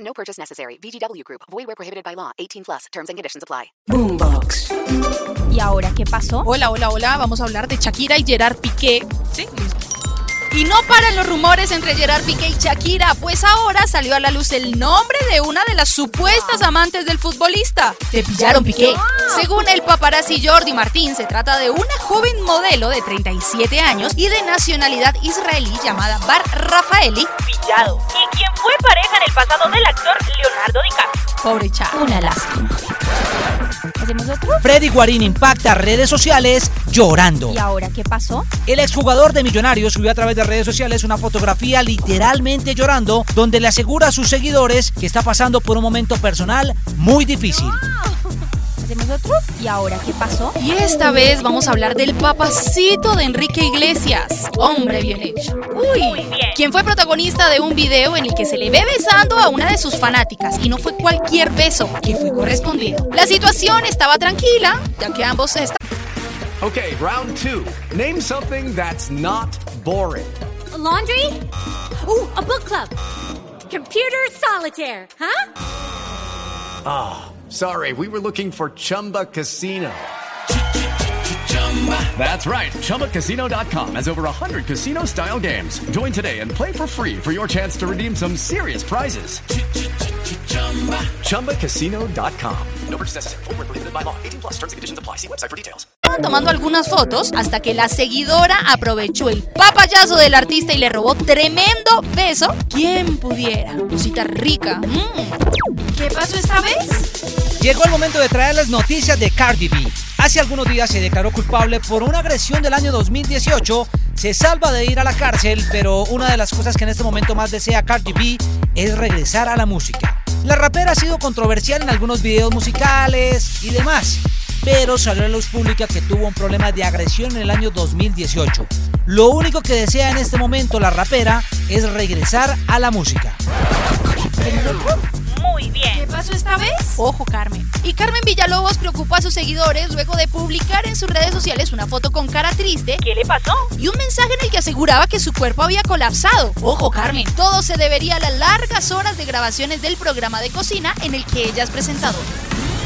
No purchase necessary. VGW Group. Void where prohibited by law. 18 plus. Terms and conditions apply. Boombox. ¿Y ahora qué pasó? Hola, hola, hola. Vamos a hablar de Shakira y Gerard Piqué. Sí, listo. Y no paran los rumores entre Gerard Piqué y Shakira, pues ahora salió a la luz el nombre de una de las supuestas amantes del futbolista. Te pillaron, Piqué. Según el paparazzi Jordi Martín, se trata de una joven modelo de 37 años y de nacionalidad israelí llamada Bar Rafaeli. Pillado. Y quien fue pareja en el pasado del actor Leonardo DiCaprio. Pobre Shakira. Una lástima. ¿Hacemos otro? Freddy Guarín impacta redes sociales llorando. ¿Y ahora qué pasó? El exjugador de Millonarios subió a través de redes sociales una fotografía literalmente llorando, donde le asegura a sus seguidores que está pasando por un momento personal muy difícil. ¿Hacemos otro? ¿Y ahora qué pasó? Y esta vez vamos a hablar del papacito de Enrique Iglesias. Hombre bien hecho. Uy, quien fue protagonista de un video en el que se le ve besando a una de sus fanáticas y no fue cualquier beso que fue correspondido. La situación estaba tranquila, ya que ambos estaban. Okay, round two. Name something that's not boring. laundry? Ooh, a book club. Computer solitaire, huh? Ah, Sorry, we were looking for Chumba Casino. That's right. ChumbaCasino.com has over 100 casino style games. Join today and play for free for your chance to redeem some serious prizes. ChumbaCasino.com. No purchase necessary. Void where prohibited by law. 18 plus terms and conditions apply. See website for details. Estaban tomando algunas fotos hasta que la seguidora aprovechó el papayazo del artista y le robó tremendo beso. ¿Quién pudiera? Cosita rica. Mm. ¿Qué pasó esta vez? Llegó el momento de traer las noticias de Cardi B. Hace algunos días se declaró culpable por una agresión del año 2018. Se salva de ir a la cárcel, pero una de las cosas que en este momento más desea Cardi B es regresar a la música. La rapera ha sido controversial en algunos videos musicales y demás, pero salió a la luz pública que tuvo un problema de agresión en el año 2018. Lo único que desea en este momento la rapera es regresar a la música. Muy bien. pasó esta vez? Ojo, Carmen. Y Carmen Villalobos preocupa a sus seguidores luego de publicar en sus redes sociales una foto con cara triste ¿Qué le pasó? y un mensaje en el que aseguraba que su cuerpo había colapsado. Ojo, Carmen. Todo se debería a las largas horas de grabaciones del programa de cocina en el que ella es presentadora.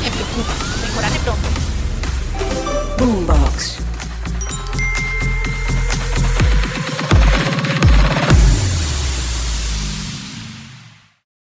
Me preocupa. Mejoraré pronto. Boombox.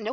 No